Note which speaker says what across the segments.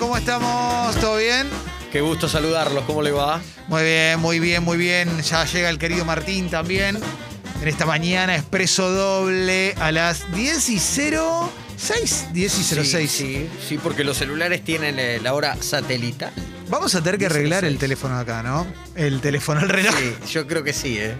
Speaker 1: ¿Cómo estamos? ¿Todo bien?
Speaker 2: Qué gusto saludarlos, ¿cómo le va?
Speaker 1: Muy bien, muy bien, muy bien. Ya llega el querido Martín también. En esta mañana, expreso doble a las 10 y 06. 10 y 06.
Speaker 2: Sí, sí, sí, porque los celulares tienen eh, la hora satelital.
Speaker 1: Vamos a tener que
Speaker 2: 10 y
Speaker 1: arreglar el
Speaker 2: 06.
Speaker 1: teléfono acá, ¿no? El teléfono, el reloj.
Speaker 2: Sí, yo creo que sí, ¿eh?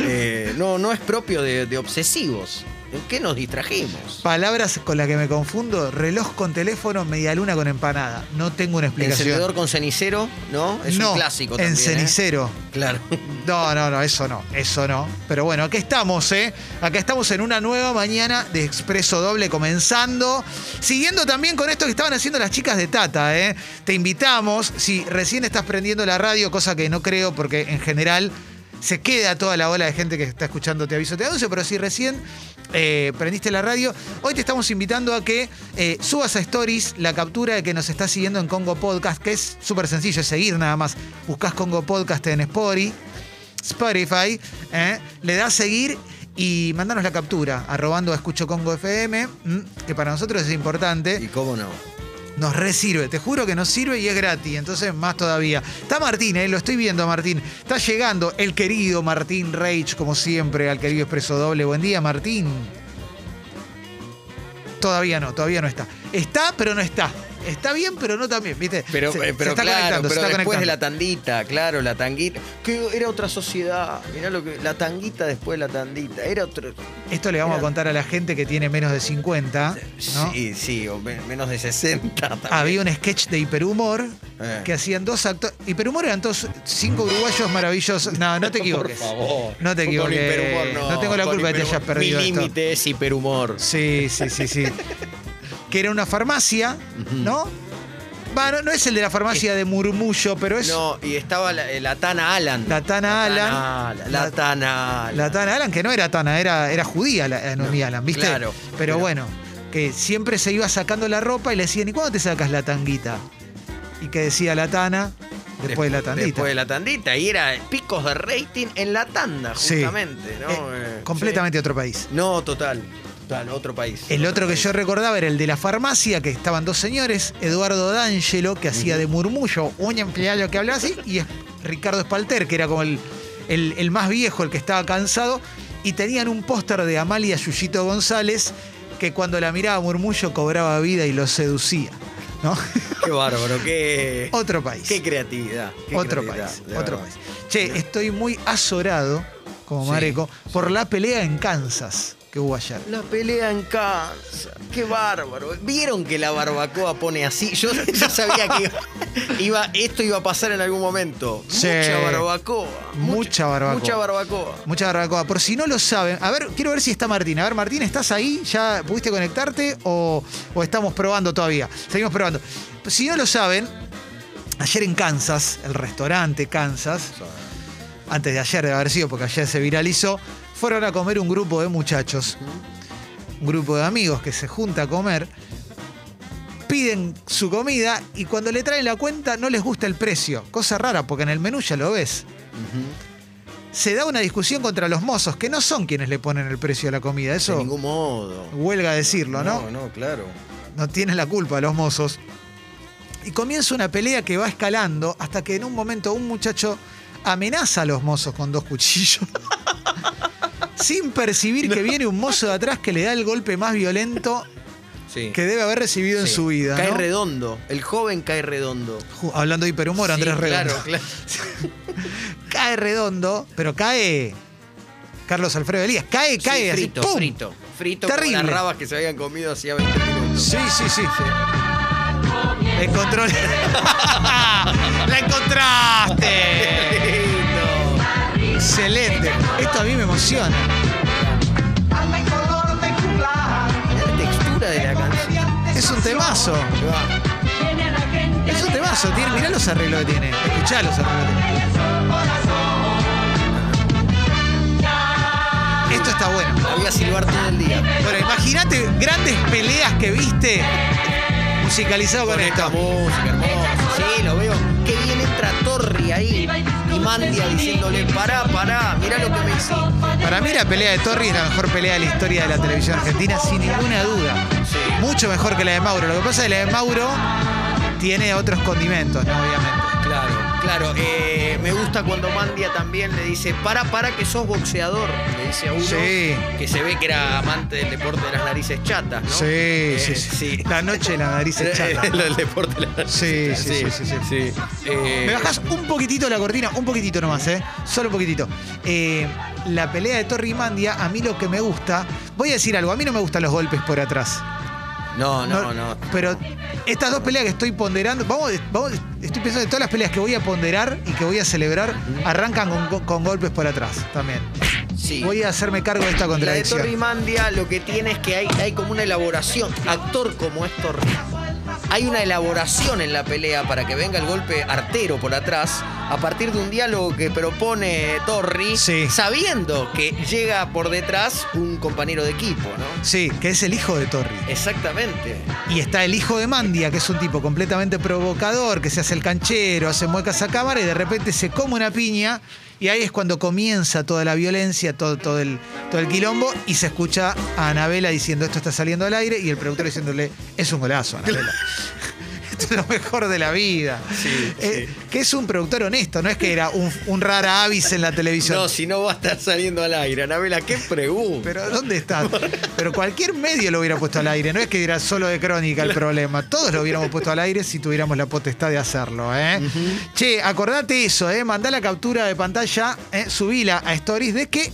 Speaker 2: Eh, no, no es propio de, de obsesivos. ¿En qué nos distrajimos?
Speaker 1: Palabras con las que me confundo: reloj con teléfono, medialuna con empanada. No tengo una explicación.
Speaker 2: Encendedor con cenicero, ¿no? Es
Speaker 1: no,
Speaker 2: un clásico
Speaker 1: En
Speaker 2: también. ¿eh?
Speaker 1: cenicero.
Speaker 2: Claro.
Speaker 1: No, no, no, eso no, eso no. Pero bueno, acá estamos, ¿eh? Acá estamos en una nueva mañana de Expreso Doble comenzando. Siguiendo también con esto que estaban haciendo las chicas de Tata, ¿eh? Te invitamos, si recién estás prendiendo la radio, cosa que no creo porque en general se queda toda la ola de gente que está escuchando Te Aviso, Te Anuncio, pero si recién eh, prendiste la radio, hoy te estamos invitando a que eh, subas a Stories la captura de que nos estás siguiendo en Congo Podcast, que es súper sencillo, es seguir nada más. Buscás Congo Podcast en Spotify. Spotify, ¿eh? le das seguir y mandanos la captura, arrobando a Escucho Congo FM, ¿m? que para nosotros es
Speaker 2: ¿Y
Speaker 1: importante,
Speaker 2: cómo no?
Speaker 1: nos resirve, te juro que nos sirve y es gratis, entonces más todavía. Está Martín, ¿eh? lo estoy viendo a Martín, está llegando el querido Martín Reich, como siempre, al querido Expreso Doble. Buen día, Martín. Todavía no, todavía no está. Está, pero no está. Está bien, pero no también, ¿viste?
Speaker 2: Pero,
Speaker 1: Se-
Speaker 2: eh,
Speaker 1: se
Speaker 2: pero
Speaker 1: está
Speaker 2: claro,
Speaker 1: conectando, se
Speaker 2: pero
Speaker 1: está
Speaker 2: después de
Speaker 1: conectando.
Speaker 2: la tandita, claro, la tanguita. Que era otra sociedad. Mirá lo que. La tanguita después de la tandita. Era otro.
Speaker 1: Esto le vamos a
Speaker 2: Mira.
Speaker 1: contar a la gente que tiene menos de 50, ¿no?
Speaker 2: Sí, sí, o me- menos de 60 también.
Speaker 1: Había un sketch de hiperhumor
Speaker 2: Eh.
Speaker 1: que hacían dos actores. Hiperhumor eran todos cinco uruguayos maravillosos. No, no te equivoques.
Speaker 2: Por favor.
Speaker 1: No te
Speaker 2: Con
Speaker 1: equivoques.
Speaker 2: hiperhumor, no,
Speaker 1: No tengo la
Speaker 2: con
Speaker 1: culpa de que te
Speaker 2: hiperhumor.
Speaker 1: hayas perdido
Speaker 2: Mi
Speaker 1: esto.
Speaker 2: límite es hiperhumor.
Speaker 1: Sí, sí, sí, sí. que era una farmacia, ¿no? Bueno, no es el de la farmacia de murmullo, pero es
Speaker 2: No, y estaba la, eh, la Tana Alan.
Speaker 1: Pues- La Tana Alan.
Speaker 2: Alan, La Tana Alan.
Speaker 1: la Tana Alan, que no era Tana, era, era judía la no, mi Alan, ¿viste?
Speaker 2: claro,
Speaker 1: Pero,
Speaker 2: pero-
Speaker 1: bueno, que siempre se iba sacando la ropa y le decían, ¿y cuándo te sacas la tanguita? Y que decía la Tana, después de la tandita.
Speaker 2: Después de la tandita. Y era picos de rating en la tanda,
Speaker 1: Sí.
Speaker 2: justamente. ¿no?
Speaker 1: Eh,
Speaker 2: Eh,
Speaker 1: completamente otro país.
Speaker 2: sí. No, total. Total, otro país.
Speaker 1: El otro que
Speaker 2: país.
Speaker 1: yo recordaba era el de la farmacia, que estaban dos señores, Eduardo D'Angelo, que hacía de murmullo, un empleado que hablaba así, y es- Ricardo Spalter, que era como el, el- el más viejo, el que estaba cansado, y tenían un póster de Amalia Yuyito González, que cuando la miraba murmullo cobraba vida y lo seducía. ¿no?
Speaker 2: Qué bárbaro, qué.
Speaker 1: otro país.
Speaker 2: Qué creatividad. qué
Speaker 1: otro
Speaker 2: creatividad,
Speaker 1: país.
Speaker 2: de
Speaker 1: Otro
Speaker 2: verdad.
Speaker 1: país. Che, estoy muy azorado, como
Speaker 2: Sí,
Speaker 1: Mareco, por la pelea en Kansas que hubo ayer.
Speaker 2: La pelea en Kansas. Qué bárbaro. ¿Vieron que la barbacoa pone así? Yo ya sabía que iba, esto iba a pasar en algún momento.
Speaker 1: Sí.
Speaker 2: Mucha barbacoa.
Speaker 1: Mucha barbacoa.
Speaker 2: Mucha barbacoa.
Speaker 1: Mucha barbacoa. Por si no lo saben, a ver, quiero ver si está Martín. A ver, Martín, ¿estás ahí? ¿Ya pudiste conectarte o, o estamos probando todavía? Seguimos probando. Si no lo saben, ayer en Kansas, el restaurante Kansas, antes de ayer de haber sido, porque ayer se viralizó, fueron a comer un grupo de muchachos, un grupo de amigos que se junta a comer, piden su comida y cuando le traen la cuenta no les gusta el precio. Cosa rara, porque en el menú ya lo ves se da una discusión contra los mozos, que no son quienes le ponen el precio a la comida.
Speaker 2: De
Speaker 1: Eso
Speaker 2: ningún modo.
Speaker 1: huelga decirlo, ¿no?
Speaker 2: No,
Speaker 1: No,
Speaker 2: no, claro.
Speaker 1: tienen la culpa los mozos. Y comienza una pelea que va escalando hasta que en un momento un muchacho amenaza a los mozos con dos cuchillos. Sin percibir que viene un mozo de atrás que le da el golpe más violento
Speaker 2: Sí.
Speaker 1: que debe haber recibido en
Speaker 2: Sí.
Speaker 1: su vida.
Speaker 2: Cae
Speaker 1: ¿no?
Speaker 2: redondo. El joven cae redondo.
Speaker 1: Ju- Hablando de hiperhumor,
Speaker 2: Sí,
Speaker 1: Andrés Redondo.
Speaker 2: Claro, claro.
Speaker 1: Cae redondo, pero cae Carlos Alfredo Elías. Cae, cae,
Speaker 2: Sí,
Speaker 1: así,
Speaker 2: frito,
Speaker 1: ¡pum!
Speaker 2: frito. Frito
Speaker 1: Terrible.
Speaker 2: como las rabas que se habían comido hacía 20 minutos.
Speaker 1: Sí, sí, sí. Encontró. ¡La encontraste!
Speaker 2: Lindo.
Speaker 1: Excelente. Esto a mí me emociona.
Speaker 2: La textura de la canción.
Speaker 1: Es un temazo. Es un temazo. Tiene, mirá los arreglos que tiene. Escuchá los arreglos que tiene. Esto está bueno.
Speaker 2: La voy a silbar todo el día.
Speaker 1: Bueno, imagínate grandes peleas que viste musicalizado con
Speaker 2: Esta
Speaker 1: esto.
Speaker 2: música hermosa. Sí, lo veo. Qué bien entra Torri ahí. Y Mandia diciéndole, pará, pará, mirá lo que me hiciste.
Speaker 1: Para mí la pelea de Torri es la mejor pelea de la historia de la televisión argentina, sin ninguna duda.
Speaker 2: Sí.
Speaker 1: Mucho mejor que la de Mauro. Lo que pasa es que la de Mauro tiene otros condimentos, ¿no? Obviamente.
Speaker 2: Claro, claro. Eh, me gusta cuando Mandia también le dice, para, para que sos boxeador. Le dice a uno
Speaker 1: Sí.
Speaker 2: que se ve que era amante del deporte de las narices chatas, ¿no?
Speaker 1: Sí,
Speaker 2: Eh,
Speaker 1: sí, sí, Eh, La noche de la nariz echada.
Speaker 2: Lo del deporte de las narices
Speaker 1: Sí,
Speaker 2: chatas.
Speaker 1: sí, sí, sí, sí.
Speaker 2: Eh,
Speaker 1: Me bajas un poquitito la cortina, un poquitito nomás, ¿eh? Solo un poquitito. Eh, la pelea de Torri y Mandia, a mí lo que me gusta. Voy a decir algo, a mí no me gustan los golpes por atrás.
Speaker 2: Eh, No, no, no.
Speaker 1: Pero estas dos peleas que estoy ponderando, vamos, vamos- estoy pensando en todas las peleas que voy a ponderar y que voy a celebrar, arrancan con, go- con golpes por atrás también.
Speaker 2: Sí.
Speaker 1: Voy a hacerme cargo de esta
Speaker 2: La de Torri
Speaker 1: contradicción.
Speaker 2: Mandia lo que tiene es que hay, hay como una elaboración. Actor como es Torri. Hay una elaboración en la pelea para que venga el golpe artero por atrás a partir de un diálogo que propone Torri,
Speaker 1: Sí.
Speaker 2: sabiendo que llega por detrás un compañero de equipo, ¿no?
Speaker 1: Sí, que es el hijo de Torri.
Speaker 2: Exactamente.
Speaker 1: Y está el hijo de Mandia, que es un tipo completamente provocador, que se hace el canchero, hace muecas a cámara y de repente se come una piña. Y ahí es cuando comienza toda la violencia, todo, todo, el, todo el quilombo. Y se escucha a Anabela diciendo esto está saliendo al aire y el productor diciéndole es un golazo, Anabela. Esto es lo mejor de la vida. Eh, Que es un productor honesto, no es que era un, un rara avis en la televisión.
Speaker 2: No, si no va a estar saliendo al aire. Anabela, qué pregunta.
Speaker 1: Pero ¿dónde estás? Pero cualquier medio lo hubiera puesto al aire, no es que era solo de crónica el problema. Todos lo hubiéramos puesto al aire si tuviéramos la potestad de hacerlo, ¿eh? Che, acordate eso, ¿eh? Mandá la captura de pantalla, ¿eh? subila a Stories de que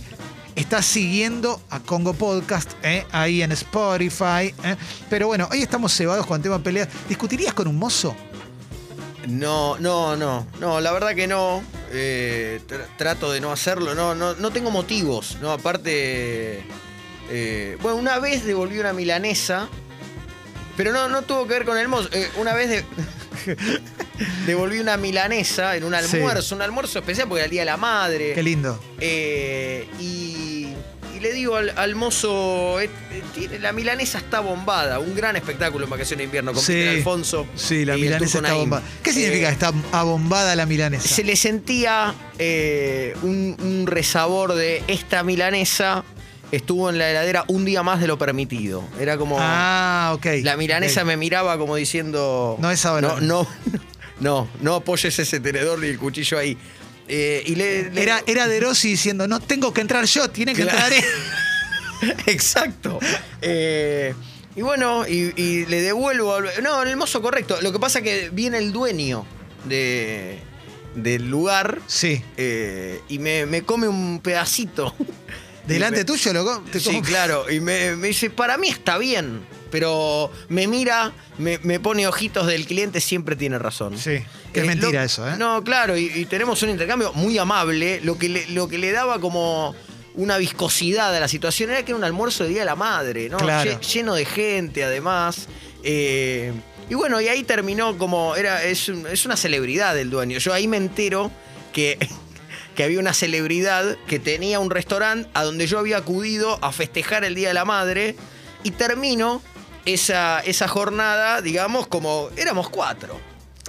Speaker 1: estás siguiendo a Congo Podcast, ¿eh? ahí en Spotify. ¿eh? Pero bueno, hoy estamos cebados con tema peleas. ¿Discutirías con un mozo?
Speaker 2: No, no, no. No, la verdad que no. Eh, tr- trato de no hacerlo. No, no, no tengo motivos. No, aparte. eh, bueno, una vez devolví una milanesa. Pero no, no tuvo que ver con el mozo. Eh, una vez de- devolví una milanesa en un
Speaker 1: Sí.
Speaker 2: almuerzo. Un almuerzo especial porque era el día de la madre.
Speaker 1: Qué lindo.
Speaker 2: Eh, y, y le digo al, al mozo, eh, eh, tiene- la milanesa está bombada, un gran espectáculo en Vacaciones de Invierno con
Speaker 1: Sí.
Speaker 2: Peter Alfonso.
Speaker 1: Sí, la
Speaker 2: y el
Speaker 1: milanesa
Speaker 2: Turco
Speaker 1: está
Speaker 2: Naim.
Speaker 1: bombada. ¿Qué significa
Speaker 2: Eh,
Speaker 1: está abombada la milanesa?
Speaker 2: Se le sentía eh, un, un resabor de esta milanesa estuvo en la heladera un día más de lo permitido. Era como...
Speaker 1: Ah, ok.
Speaker 2: La milanesa
Speaker 1: Ok.
Speaker 2: me miraba como diciendo.
Speaker 1: No es ahora".
Speaker 2: No, no, no, no apoyes ese tenedor ni el cuchillo ahí. Eh, y le, le-
Speaker 1: Era, era De Rossi diciendo, no tengo que entrar yo, tiene que
Speaker 2: Claro.
Speaker 1: entrar él.
Speaker 2: Exacto. Eh, y bueno, y, y le devuelvo. al- No, el mozo correcto. Lo que pasa es que viene el dueño de, del lugar
Speaker 1: Sí.
Speaker 2: eh, y me, me come un pedacito.
Speaker 1: Delante
Speaker 2: Y me-
Speaker 1: tuyo, loco. Te
Speaker 2: Sí,
Speaker 1: como-
Speaker 2: claro. Y me, me dice, para mí está bien. Pero me mira, me, me pone ojitos del cliente, siempre tiene razón.
Speaker 1: Sí. Que es
Speaker 2: Eh,
Speaker 1: mentira
Speaker 2: lo-
Speaker 1: eso, ¿eh?
Speaker 2: No, claro, y, y tenemos un intercambio muy amable. Lo que, le, lo que le daba como una viscosidad a la situación era que era un almuerzo de Día de la Madre, ¿no?
Speaker 1: Claro.
Speaker 2: Lle- lleno de gente, además. Eh, y bueno, y ahí terminó como. Era, es, un- es una celebridad el dueño. Yo ahí me entero que. que había una celebridad que tenía un restaurante a donde yo había acudido a festejar el Día de la Madre y termino esa, esa jornada, digamos, como éramos cuatro.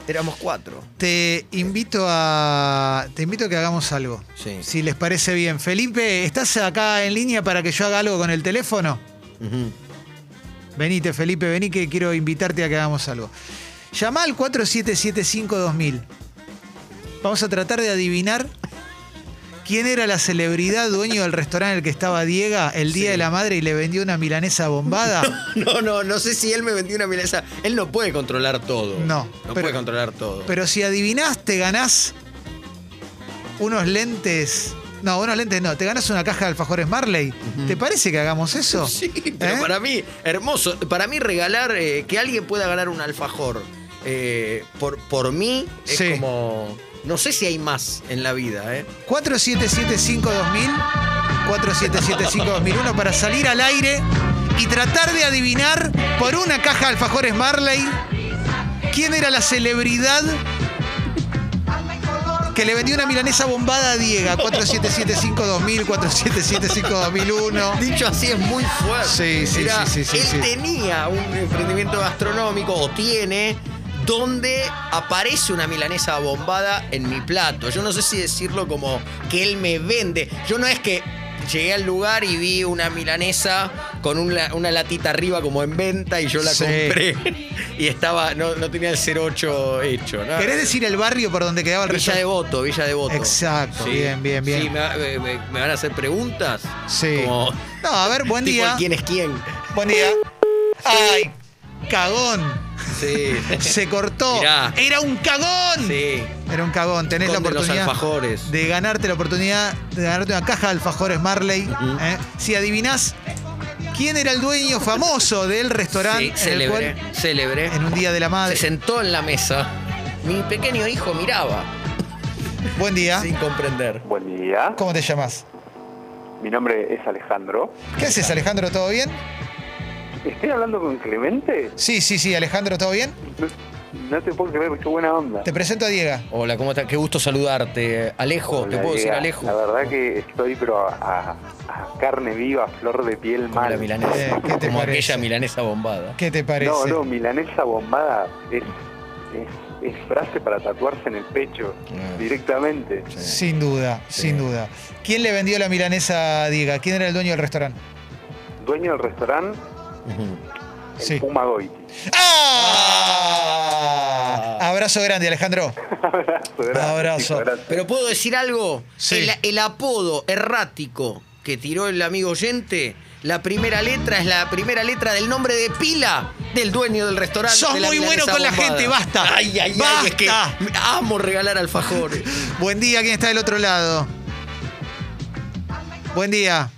Speaker 2: Éramos cuatro.
Speaker 1: Te invito a. Te invito a que hagamos algo.
Speaker 2: Sí.
Speaker 1: Si les parece bien. Felipe, ¿estás acá en línea para que yo haga algo con el teléfono? Venite, Felipe, vení que quiero invitarte a que hagamos algo. Llamá al 4775-2000. Vamos a tratar de adivinar quién era la celebridad dueño del restaurante en el que estaba Diega el día
Speaker 2: Sí.
Speaker 1: de la madre y le vendió una milanesa bombada.
Speaker 2: No, no, no sé si él me vendió una milanesa. Él no puede controlar todo.
Speaker 1: No,
Speaker 2: No
Speaker 1: pero-
Speaker 2: puede controlar todo.
Speaker 1: Pero si adivinás, te ganás unos lentes. No, unos lentes no. Te ganás una caja de alfajores Marley. ¿Te parece que hagamos eso?
Speaker 2: sí, pero
Speaker 1: ¿Eh?
Speaker 2: para mí, hermoso. Para mí regalar, eh, que alguien pueda ganar un alfajor eh, por, por mí es
Speaker 1: Sí.
Speaker 2: como... No sé si hay más en la vida, ¿eh?
Speaker 1: 4775-2000, 4775-2001 para salir al aire y tratar de adivinar por una caja de alfajores Marley quién era la celebridad que le vendió una milanesa bombada a Diega. 4775-2000, 4775-2001.
Speaker 2: Dicho así es muy fuerte.
Speaker 1: Sí, sí,
Speaker 2: Era-
Speaker 1: sí, sí, sí,
Speaker 2: Él
Speaker 1: sí.
Speaker 2: tenía un emprendimiento gastronómico, o tiene, donde aparece una milanesa bombada en mi plato. Yo no sé si decirlo como que él me vende. Yo no es que llegué al lugar y vi una milanesa con un la- una latita arriba como en venta y yo la
Speaker 1: Sí.
Speaker 2: compré y estaba, no, no tenía el 08 hecho. ¿no?
Speaker 1: ¿Querés decir el barrio por donde quedaba el
Speaker 2: Villa
Speaker 1: resort?
Speaker 2: de voto, Villa de voto.
Speaker 1: Exacto, bien, bien, bien.
Speaker 2: Sí, me, va- me- me- me van a hacer preguntas.
Speaker 1: Sí.
Speaker 2: Como,
Speaker 1: No, a ver, buen
Speaker 2: tipo,
Speaker 1: día.
Speaker 2: ¿quién es quién?
Speaker 1: Buen día. Ay, cagón.
Speaker 2: Sí.
Speaker 1: Se cortó.
Speaker 2: Mirá.
Speaker 1: Era un cagón.
Speaker 2: sí.
Speaker 1: Era un cagón. Tenés la
Speaker 2: Esconde los
Speaker 1: oportunidad
Speaker 2: alfajores.
Speaker 1: de ganarte la oportunidad de ganarte una caja de alfajores Marley.
Speaker 2: Ujú.
Speaker 1: ¿eh? Si adivinás quién era el dueño famoso del restaurante
Speaker 2: Sí,
Speaker 1: en el
Speaker 2: célebre,
Speaker 1: cual-
Speaker 2: célebre.
Speaker 1: en un día de la madre.
Speaker 2: Se sentó en la mesa. Mi pequeño hijo miraba
Speaker 1: Buen día.
Speaker 2: sin comprender.
Speaker 3: Buen día,
Speaker 1: ¿Cómo te llamas?
Speaker 3: mi nombre es Alejandro.
Speaker 1: ¿Qué haces, Alejandro? ¿Todo bien?
Speaker 3: ¿Estoy hablando con Clemente?
Speaker 1: Sí, sí, sí, Alejandro, ¿todo bien?
Speaker 3: No- No te puedo creer, qué buena onda.
Speaker 1: Te presento a Diego.
Speaker 2: Hola, ¿cómo estás? Qué gusto saludarte. Alejo, ¿te
Speaker 3: Hola,
Speaker 2: puedo decir
Speaker 3: Diego.
Speaker 2: Alejo?
Speaker 3: La verdad que estoy pero a, a- a carne viva, flor de piel
Speaker 2: Como la
Speaker 3: mal.
Speaker 2: milanesa.
Speaker 1: Eh, ¿qué te
Speaker 2: Como
Speaker 1: parece?
Speaker 2: aquella milanesa bombada.
Speaker 1: ¿Qué te parece?
Speaker 3: No, no, milanesa bombada es, es- es frase para tatuarse en el pecho
Speaker 2: Ah.
Speaker 3: directamente.
Speaker 1: Sin duda,
Speaker 2: Sí.
Speaker 1: sin duda. ¿Quién le vendió la milanesa a Diego? ¿Quién era el dueño del restaurante?
Speaker 3: Dueño del restaurante,
Speaker 2: Ujú.
Speaker 3: el
Speaker 1: Sí.
Speaker 3: Puma Goiti.
Speaker 1: ¡Ah!
Speaker 2: Ah.
Speaker 1: Abrazo grande, Alejandro.
Speaker 3: Abrazo, gracias,
Speaker 1: Abrazo.
Speaker 3: chicos, gracias.
Speaker 2: Pero puedo decir algo.
Speaker 1: Sí.
Speaker 2: El, el apodo errático que tiró el amigo oyente, la primera letra es la primera letra del nombre de pila del dueño del restaurante.
Speaker 1: Sos
Speaker 2: de la
Speaker 1: muy bueno
Speaker 2: milanesa
Speaker 1: con la
Speaker 2: bombada.
Speaker 1: gente, basta.
Speaker 2: Ay, ay, ay, es que
Speaker 1: Basta.
Speaker 2: amo regalar alfajores.
Speaker 1: Buen día, ¿quién está del otro lado? Buen día.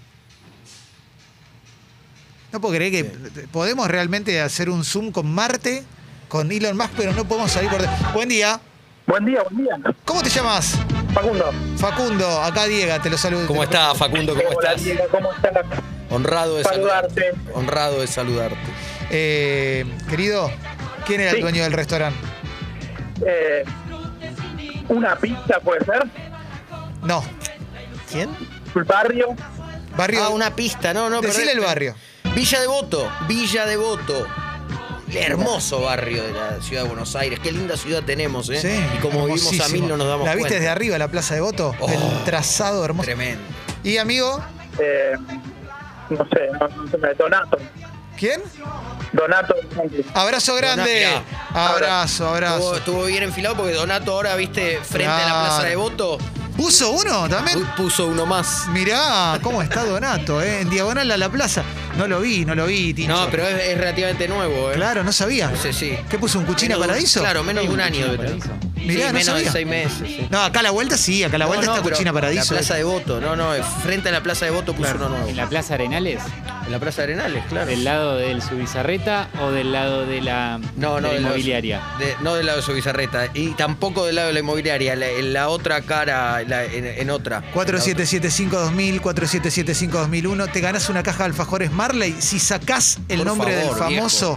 Speaker 1: No puedo creer que podemos realmente hacer un Zoom con Marte, con Elon Musk, pero no podemos salir por... de- Buen día.
Speaker 4: Buen día, buen día.
Speaker 1: ¿Cómo te llamas?
Speaker 4: Facundo.
Speaker 1: Facundo, acá Diego, te lo saludo.
Speaker 2: ¿Cómo está, Facundo? ¿Cómo
Speaker 4: Hola,
Speaker 2: estás?
Speaker 4: Diego, ¿cómo estás?
Speaker 2: Honrado de saludarte.
Speaker 4: Saludarte.
Speaker 2: Honrado de saludarte.
Speaker 1: Eh, querido, ¿quién era el
Speaker 4: Sí.
Speaker 1: dueño del restaurante?
Speaker 4: Eh, una pizza puede ser.
Speaker 1: No,
Speaker 2: ¿Quién?
Speaker 4: El barrio.
Speaker 1: barrio...
Speaker 2: Ah, una pista, no, este- no.
Speaker 1: Decile
Speaker 2: perdé.
Speaker 1: el barrio.
Speaker 2: Villa Devoto, Villa Devoto. El hermoso barrio de la ciudad de Buenos Aires. Qué linda ciudad tenemos, ¿eh? y como vivimos a
Speaker 1: hermosísimo.
Speaker 2: mil no nos damos
Speaker 1: ¿La viste
Speaker 2: cuenta.
Speaker 1: desde arriba, la plaza de Voto?
Speaker 2: Oh.
Speaker 1: el trazado hermoso.
Speaker 2: Tremendo.
Speaker 1: Y amigo,
Speaker 4: eh, no sé, no, no se me- Donato.
Speaker 1: ¿quién?
Speaker 4: Donato.
Speaker 1: Abrazo grande.
Speaker 2: Doná-
Speaker 1: Abrazo, abrazo,
Speaker 2: Estuvo, estuvo bien enfilado porque Donato ahora, viste, frente a la
Speaker 1: Claro.
Speaker 2: Plaza de Voto,
Speaker 1: ¿Puso uno también?
Speaker 2: puso uno más.
Speaker 1: Mirá cómo está Donato, eh, en diagonal a la plaza. No lo vi, no lo vi, Tincho.
Speaker 2: No, pero es, es relativamente nuevo, ¿eh?
Speaker 1: Claro, no sabía.
Speaker 2: No sé, sí.
Speaker 1: ¿Qué puso, un cuchina
Speaker 2: Menos de un-
Speaker 1: paraíso?
Speaker 2: Claro, menos de un año. debe tener.
Speaker 1: Mirá,
Speaker 2: Sí,
Speaker 1: no
Speaker 2: menos de
Speaker 1: sabía.
Speaker 2: seis meses. sí.
Speaker 1: No, acá a la vuelta sí, acá a la
Speaker 2: No,
Speaker 1: vuelta
Speaker 2: no,
Speaker 1: está
Speaker 2: pero
Speaker 1: Cuchina Paradiso.
Speaker 2: La Plaza de Voto, no, no, frente a la Plaza de Voto puso uno nuevo.
Speaker 5: ¿En la Plaza Arenales?
Speaker 2: En la Plaza de Arenales, claro.
Speaker 5: ¿Del lado del Subizarreta o del lado de la,
Speaker 2: No, no,
Speaker 5: de la
Speaker 2: del lado de-
Speaker 5: inmobiliaria?
Speaker 2: de- no del lado de su bizarreta. Y tampoco del lado de la inmobiliaria. La, en la otra cara, la- en, en otra. En la
Speaker 1: 4775-2000, 4775-2001. Te ganás una caja de alfajores Marley si sacás el
Speaker 2: Por
Speaker 1: nombre del
Speaker 2: favor,
Speaker 1: famoso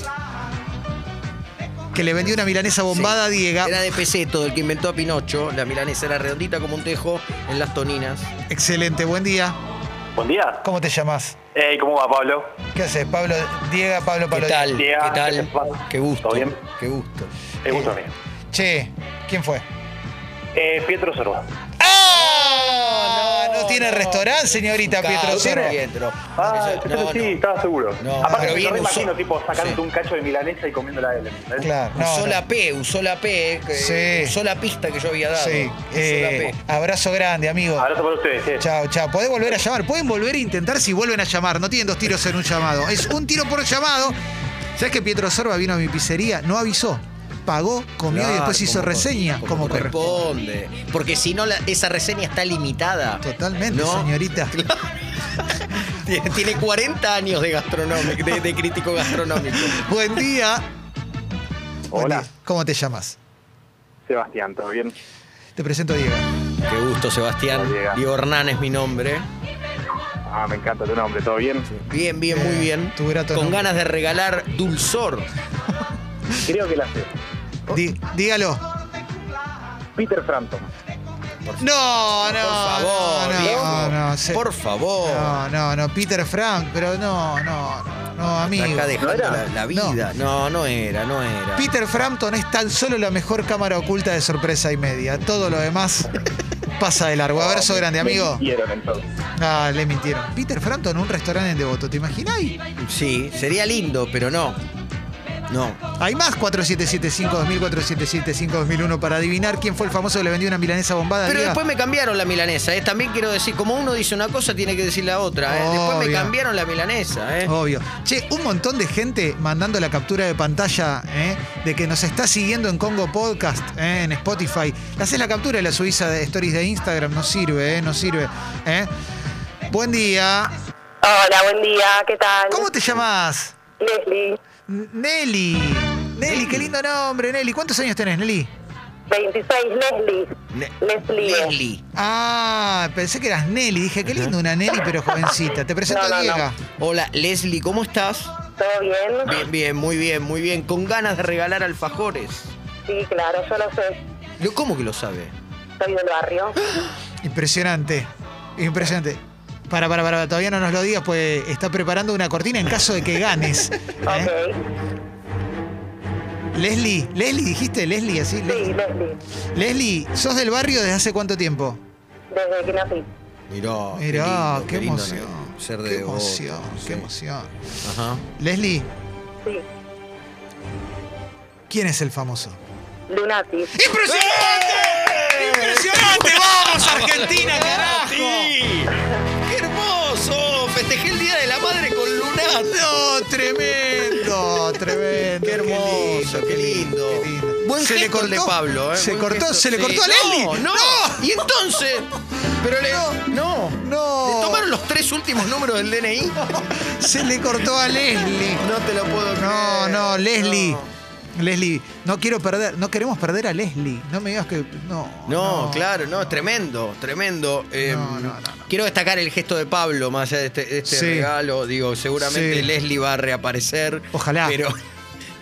Speaker 1: que le vendió una milanesa bombada a Diego.
Speaker 2: otra. Era de Peseto, del que inventó a Pinocho. La milanesa era redondita como un tejo en las toninas.
Speaker 1: Excelente, buen día.
Speaker 6: Buen día.
Speaker 1: ¿Cómo te llamás?
Speaker 6: Hey, ¿Cómo va, Pablo?
Speaker 2: Eh,
Speaker 1: ¿Qué haces, Pablo? Diego, Pablo,
Speaker 2: ¿Qué
Speaker 1: Pablo.
Speaker 2: tal? ¿Qué
Speaker 6: Día, ¿qué
Speaker 2: tal?
Speaker 6: te pasa?
Speaker 2: Qué gusto.
Speaker 6: ¿Todo bien?
Speaker 2: Qué gusto.
Speaker 6: Te gusto a mí.
Speaker 1: Che, ¿quién fue?
Speaker 6: Eh, Pietro Sorba.
Speaker 1: ¡Ah! No, tiene restaurante, señorita
Speaker 2: Cada
Speaker 1: Pietro
Speaker 2: uno
Speaker 1: Cero.
Speaker 2: Pietro.
Speaker 6: Ah,
Speaker 2: Eso-
Speaker 6: yo
Speaker 2: no,
Speaker 6: sí,
Speaker 2: no.
Speaker 6: estaba seguro.
Speaker 2: No,
Speaker 6: Aparte,
Speaker 2: pero
Speaker 6: me
Speaker 2: bien
Speaker 6: lo imagino,
Speaker 2: usó-
Speaker 6: tipo, sacándote
Speaker 2: sí.
Speaker 6: un cacho de milanesa y comiéndola de él. ¿entendés?
Speaker 1: Claro, no,
Speaker 2: usó
Speaker 1: no.
Speaker 2: la P, usó la P, eh, que-
Speaker 1: Sí.
Speaker 2: usó la pista que yo había dado.
Speaker 1: Sí,
Speaker 2: Usó
Speaker 1: eh,
Speaker 2: la P.
Speaker 1: abrazo grande, amigo.
Speaker 6: Abrazo para ustedes. eh.
Speaker 1: Chao, chao. Podés volver a llamar. Pueden volver a intentar si vuelven a llamar. No tienen dos tiros en un llamado. Es un tiro por llamado. ¿Sabes que Pietro Sorba vino a mi pizzería? No avisó. Pagó, comió y
Speaker 2: Claro,
Speaker 1: después hizo
Speaker 2: como cor-
Speaker 1: reseña como corresponde.
Speaker 2: corresponde. Porque si no, la- esa reseña está limitada.
Speaker 1: Totalmente,
Speaker 2: No.
Speaker 1: señorita.
Speaker 2: Tiene- Tiene 40 años de gastronómico, de, de crítico gastronómico.
Speaker 1: Buen día. Buen
Speaker 3: Hola.
Speaker 1: día. ¿Cómo te llamas?
Speaker 3: Sebastián, ¿todo bien?
Speaker 1: Te presento a Diego.
Speaker 2: Qué gusto, Sebastián.
Speaker 6: Hola, Diego.
Speaker 2: Diego Hernán es mi nombre.
Speaker 6: Ah, me encanta tu nombre, ¿todo bien?
Speaker 2: Bien, bien, muy
Speaker 1: Eh,
Speaker 2: bien.
Speaker 1: tu grato
Speaker 2: Con
Speaker 1: nombre.
Speaker 2: ganas de regalar dulzor.
Speaker 6: Creo que la sé.
Speaker 1: Di- dígalo.
Speaker 6: Peter Frampton.
Speaker 1: No, no.
Speaker 2: Por favor,
Speaker 1: Ah, no,
Speaker 2: Diego.
Speaker 1: no, no, se-
Speaker 2: Por favor.
Speaker 1: No, no, no. Peter Frank, pero no, no, no, no,
Speaker 2: Está
Speaker 1: amigo.
Speaker 2: acá dejando
Speaker 6: ¿No
Speaker 2: la,
Speaker 6: era?
Speaker 2: la vida. No. no, era, no era.
Speaker 1: Peter Frampton es tan solo la mejor cámara oculta de sorpresa y media. Todo lo demás Pasa de largo. Abrazo grande, amigo.
Speaker 6: Mintieron, entonces.
Speaker 1: Ah, le mintieron. Peter Frampton en un restaurante en Devoto, ¿te imaginas?
Speaker 2: Sí, sería lindo, pero no. No.
Speaker 1: Hay más 4775-2000, 4775-2001 para adivinar quién fue el famoso que le vendió una milanesa bombada.
Speaker 2: Pero
Speaker 1: Diga.
Speaker 2: después me cambiaron la milanesa, ¿eh? También quiero decir, como uno dice una cosa, tiene que decir la otra, ¿eh? Después me
Speaker 1: Obvio. Oh.
Speaker 2: cambiaron la milanesa, ¿eh?
Speaker 1: Obvio. Che, un montón de gente mandando la captura de pantalla ¿eh? de que nos está siguiendo en Congo Podcast, ¿eh? en Spotify. Le haces la captura y la subís a de stories de Instagram. No sirve, ¿eh? no sirve. ¿eh? Buen día.
Speaker 7: Hola, buen día, ¿qué tal?
Speaker 1: ¿Cómo te llamas?
Speaker 7: Leslie,
Speaker 1: Nelly. Nelly, qué lindo nombre, Nelly. ¿Cuántos años tenés, Nelly?
Speaker 7: 26, Leslie.
Speaker 2: Ne-
Speaker 7: Leslie.
Speaker 2: Leslie.
Speaker 1: Ah, pensé que eras Nelly. Dije, qué lindo una Nelly, pero jovencita. Te presento
Speaker 7: No, no,
Speaker 1: a
Speaker 7: no.
Speaker 1: Diego.
Speaker 2: Hola, Leslie, ¿cómo estás?
Speaker 7: ¿Todo bien?
Speaker 2: Bien, bien, muy bien, muy bien. Con ganas de regalar alfajores.
Speaker 7: Sí, claro, yo lo sé,
Speaker 2: Yo, ¿Cómo que lo sabe?
Speaker 7: soy del barrio.
Speaker 1: Impresionante. Impresionante. Para, para, para, todavía no nos lo digas, pues está preparando una cortina en caso de que ganes. ¿eh?
Speaker 7: Ok,
Speaker 1: Leslie, Leslie, dijiste Leslie así.
Speaker 7: sí,
Speaker 1: Leslie.
Speaker 7: Leslie,
Speaker 1: Leslie, ¿sos del barrio desde hace cuánto tiempo?
Speaker 7: desde que nací.
Speaker 2: Mirá,
Speaker 1: Mirá,
Speaker 2: Oh, lindo,
Speaker 1: qué,
Speaker 2: lindo
Speaker 1: emoción.
Speaker 2: ne- Ser de
Speaker 1: qué
Speaker 2: Devoto,
Speaker 1: emoción,
Speaker 2: sí.
Speaker 1: qué emoción.
Speaker 2: Ajá.
Speaker 1: Leslie,
Speaker 7: Sí,
Speaker 1: ¿quién es el famoso?
Speaker 7: Lunati.
Speaker 1: ¡Impresionante! ¡Impresionante! ¡Vamos, Argentina, carajo!
Speaker 2: ¡Sí! ¡Qué hermoso! Festejé el Día de la Madre con Lunati.
Speaker 1: No, tremendo, tremendo.
Speaker 2: Qué hermoso, qué lindo.
Speaker 1: qué lindo.
Speaker 2: Buen
Speaker 1: Se le
Speaker 2: gesto el de
Speaker 1: cortó,
Speaker 2: Pablo, ¿eh?
Speaker 1: Se
Speaker 2: Buen
Speaker 1: cortó,
Speaker 2: gesto.
Speaker 1: se le
Speaker 2: Sí.
Speaker 1: cortó a Leslie.
Speaker 2: No, no. Y entonces. Pero le. No.
Speaker 1: No.
Speaker 2: ¿Le tomaron los tres últimos números del DNI?
Speaker 1: Se le cortó a Leslie.
Speaker 2: No te lo puedo creer.
Speaker 1: No, no, Leslie.
Speaker 2: No.
Speaker 1: Leslie, no quiero perder, no queremos perder a Leslie. No me digas que no.
Speaker 2: No, claro, no, es tremendo, tremendo. Eh,
Speaker 1: no, no, no.
Speaker 2: Quiero destacar el gesto de Pablo, más allá de este, de este
Speaker 1: Sí.
Speaker 2: regalo. Digo, seguramente
Speaker 1: Sí.
Speaker 2: Leslie va a reaparecer.
Speaker 1: Ojalá.
Speaker 2: Pero,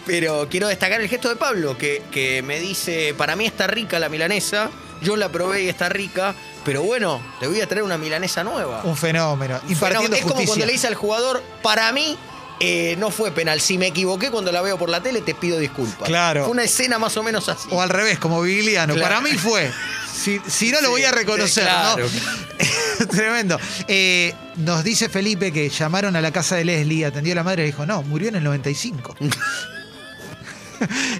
Speaker 2: pero quiero destacar el gesto de Pablo, que, que me dice, para mí está rica la milanesa, yo la probé y está rica, pero bueno, te voy a traer una milanesa nueva.
Speaker 1: Un fenómeno. Impartiendo
Speaker 2: Bueno, es como
Speaker 1: Oh, justicia.
Speaker 2: cuando le dice al jugador, para mí... eh, no fue penal. Si me equivoqué cuando la veo por la tele, te pido disculpas.
Speaker 1: Claro.
Speaker 2: Fue una escena más o menos así.
Speaker 1: O al revés, como Vigliano.
Speaker 2: Claro.
Speaker 1: Para mí fue. Si, si no, lo
Speaker 2: Sí,
Speaker 1: voy a reconocer,
Speaker 2: sí, claro,
Speaker 1: ¿no? Tremendo. Eh, nos dice Felipe que llamaron a la casa de Leslie, atendió a la madre y le dijo, no, murió en el 95.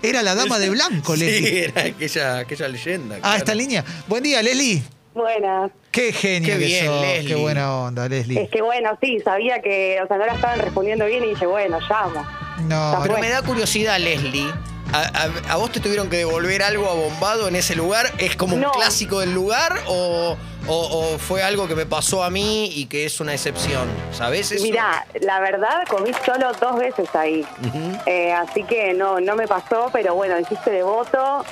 Speaker 1: Era la dama de blanco,
Speaker 2: Sí,
Speaker 1: Leslie.
Speaker 2: era aquella, aquella leyenda.
Speaker 1: Ah,
Speaker 2: claro.
Speaker 1: está en línea. Buen día, Leslie.
Speaker 7: Buenas.
Speaker 1: Qué genio
Speaker 2: Qué
Speaker 1: que
Speaker 2: bien,
Speaker 1: sos.
Speaker 2: Leslie. Eh,
Speaker 1: Qué buena onda,
Speaker 7: Es
Speaker 1: Leslie.
Speaker 7: que bueno, sí, sabía que, o sea, no la estaban respondiendo bien y dije, bueno, llamo.
Speaker 1: No,
Speaker 2: Pero
Speaker 7: Bueno.
Speaker 2: me da curiosidad, Leslie. A, a- a vos te tuvieron que devolver algo abombado en ese lugar? ¿Es como
Speaker 7: No.
Speaker 2: un clásico del lugar o, o- o fue algo que me pasó a mí y que es una excepción? ¿Sabés eso?
Speaker 7: Mirá, la verdad comí solo dos veces ahí.
Speaker 2: Ujú.
Speaker 7: Eh, así que no, no me pasó, pero bueno, dijiste devoto,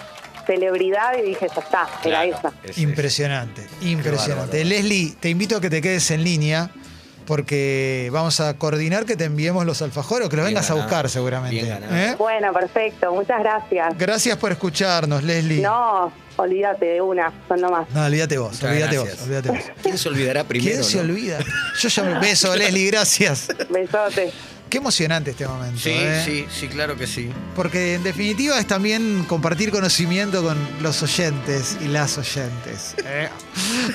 Speaker 7: celebridad y dije, ya está, era
Speaker 2: Claro,
Speaker 7: esa.
Speaker 2: es- es-
Speaker 1: impresionante,
Speaker 2: Qué
Speaker 1: impresionante.
Speaker 2: bárbaro.
Speaker 1: Leslie, te invito a que te quedes en línea porque vamos a coordinar que te enviemos los alfajores o que los
Speaker 2: Bien
Speaker 1: vengas a
Speaker 2: ganado,
Speaker 1: buscar seguramente.
Speaker 2: bien ganado.
Speaker 1: ¿Eh?
Speaker 7: Bueno, perfecto, muchas gracias.
Speaker 1: Gracias por escucharnos, Leslie.
Speaker 7: No, olvídate de una, son nomás.
Speaker 1: No, olvídate vos,
Speaker 2: Muchas
Speaker 1: olvídate vos,
Speaker 2: gracias.
Speaker 1: olvídate vos.
Speaker 2: ¿Quién se olvidará primero?
Speaker 1: ¿Quién se
Speaker 2: no?
Speaker 1: olvida? Yo ya me beso, Leslie, gracias.
Speaker 7: Besote.
Speaker 1: Qué emocionante este momento.
Speaker 2: Sí,
Speaker 1: ¿eh?
Speaker 2: sí, sí, claro que sí.
Speaker 1: Porque en definitiva es también compartir conocimiento con los oyentes y las oyentes. ¿eh?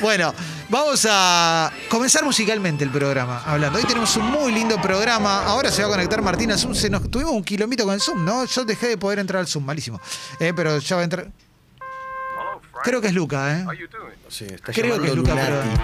Speaker 1: Bueno, vamos a comenzar musicalmente el programa hablando. Hoy tenemos un muy lindo programa. Ahora se va a conectar Martina Zoom. Se nos, tuvimos un kilómetro con el Zoom, ¿no? Yo dejé de poder entrar al Zoom, malísimo. Eh, pero ya va a entrar. Creo que es Luca, ¿eh?
Speaker 2: Sí, está
Speaker 1: Creo que
Speaker 2: llamando
Speaker 1: es Luca,
Speaker 2: Lunati.
Speaker 1: pero-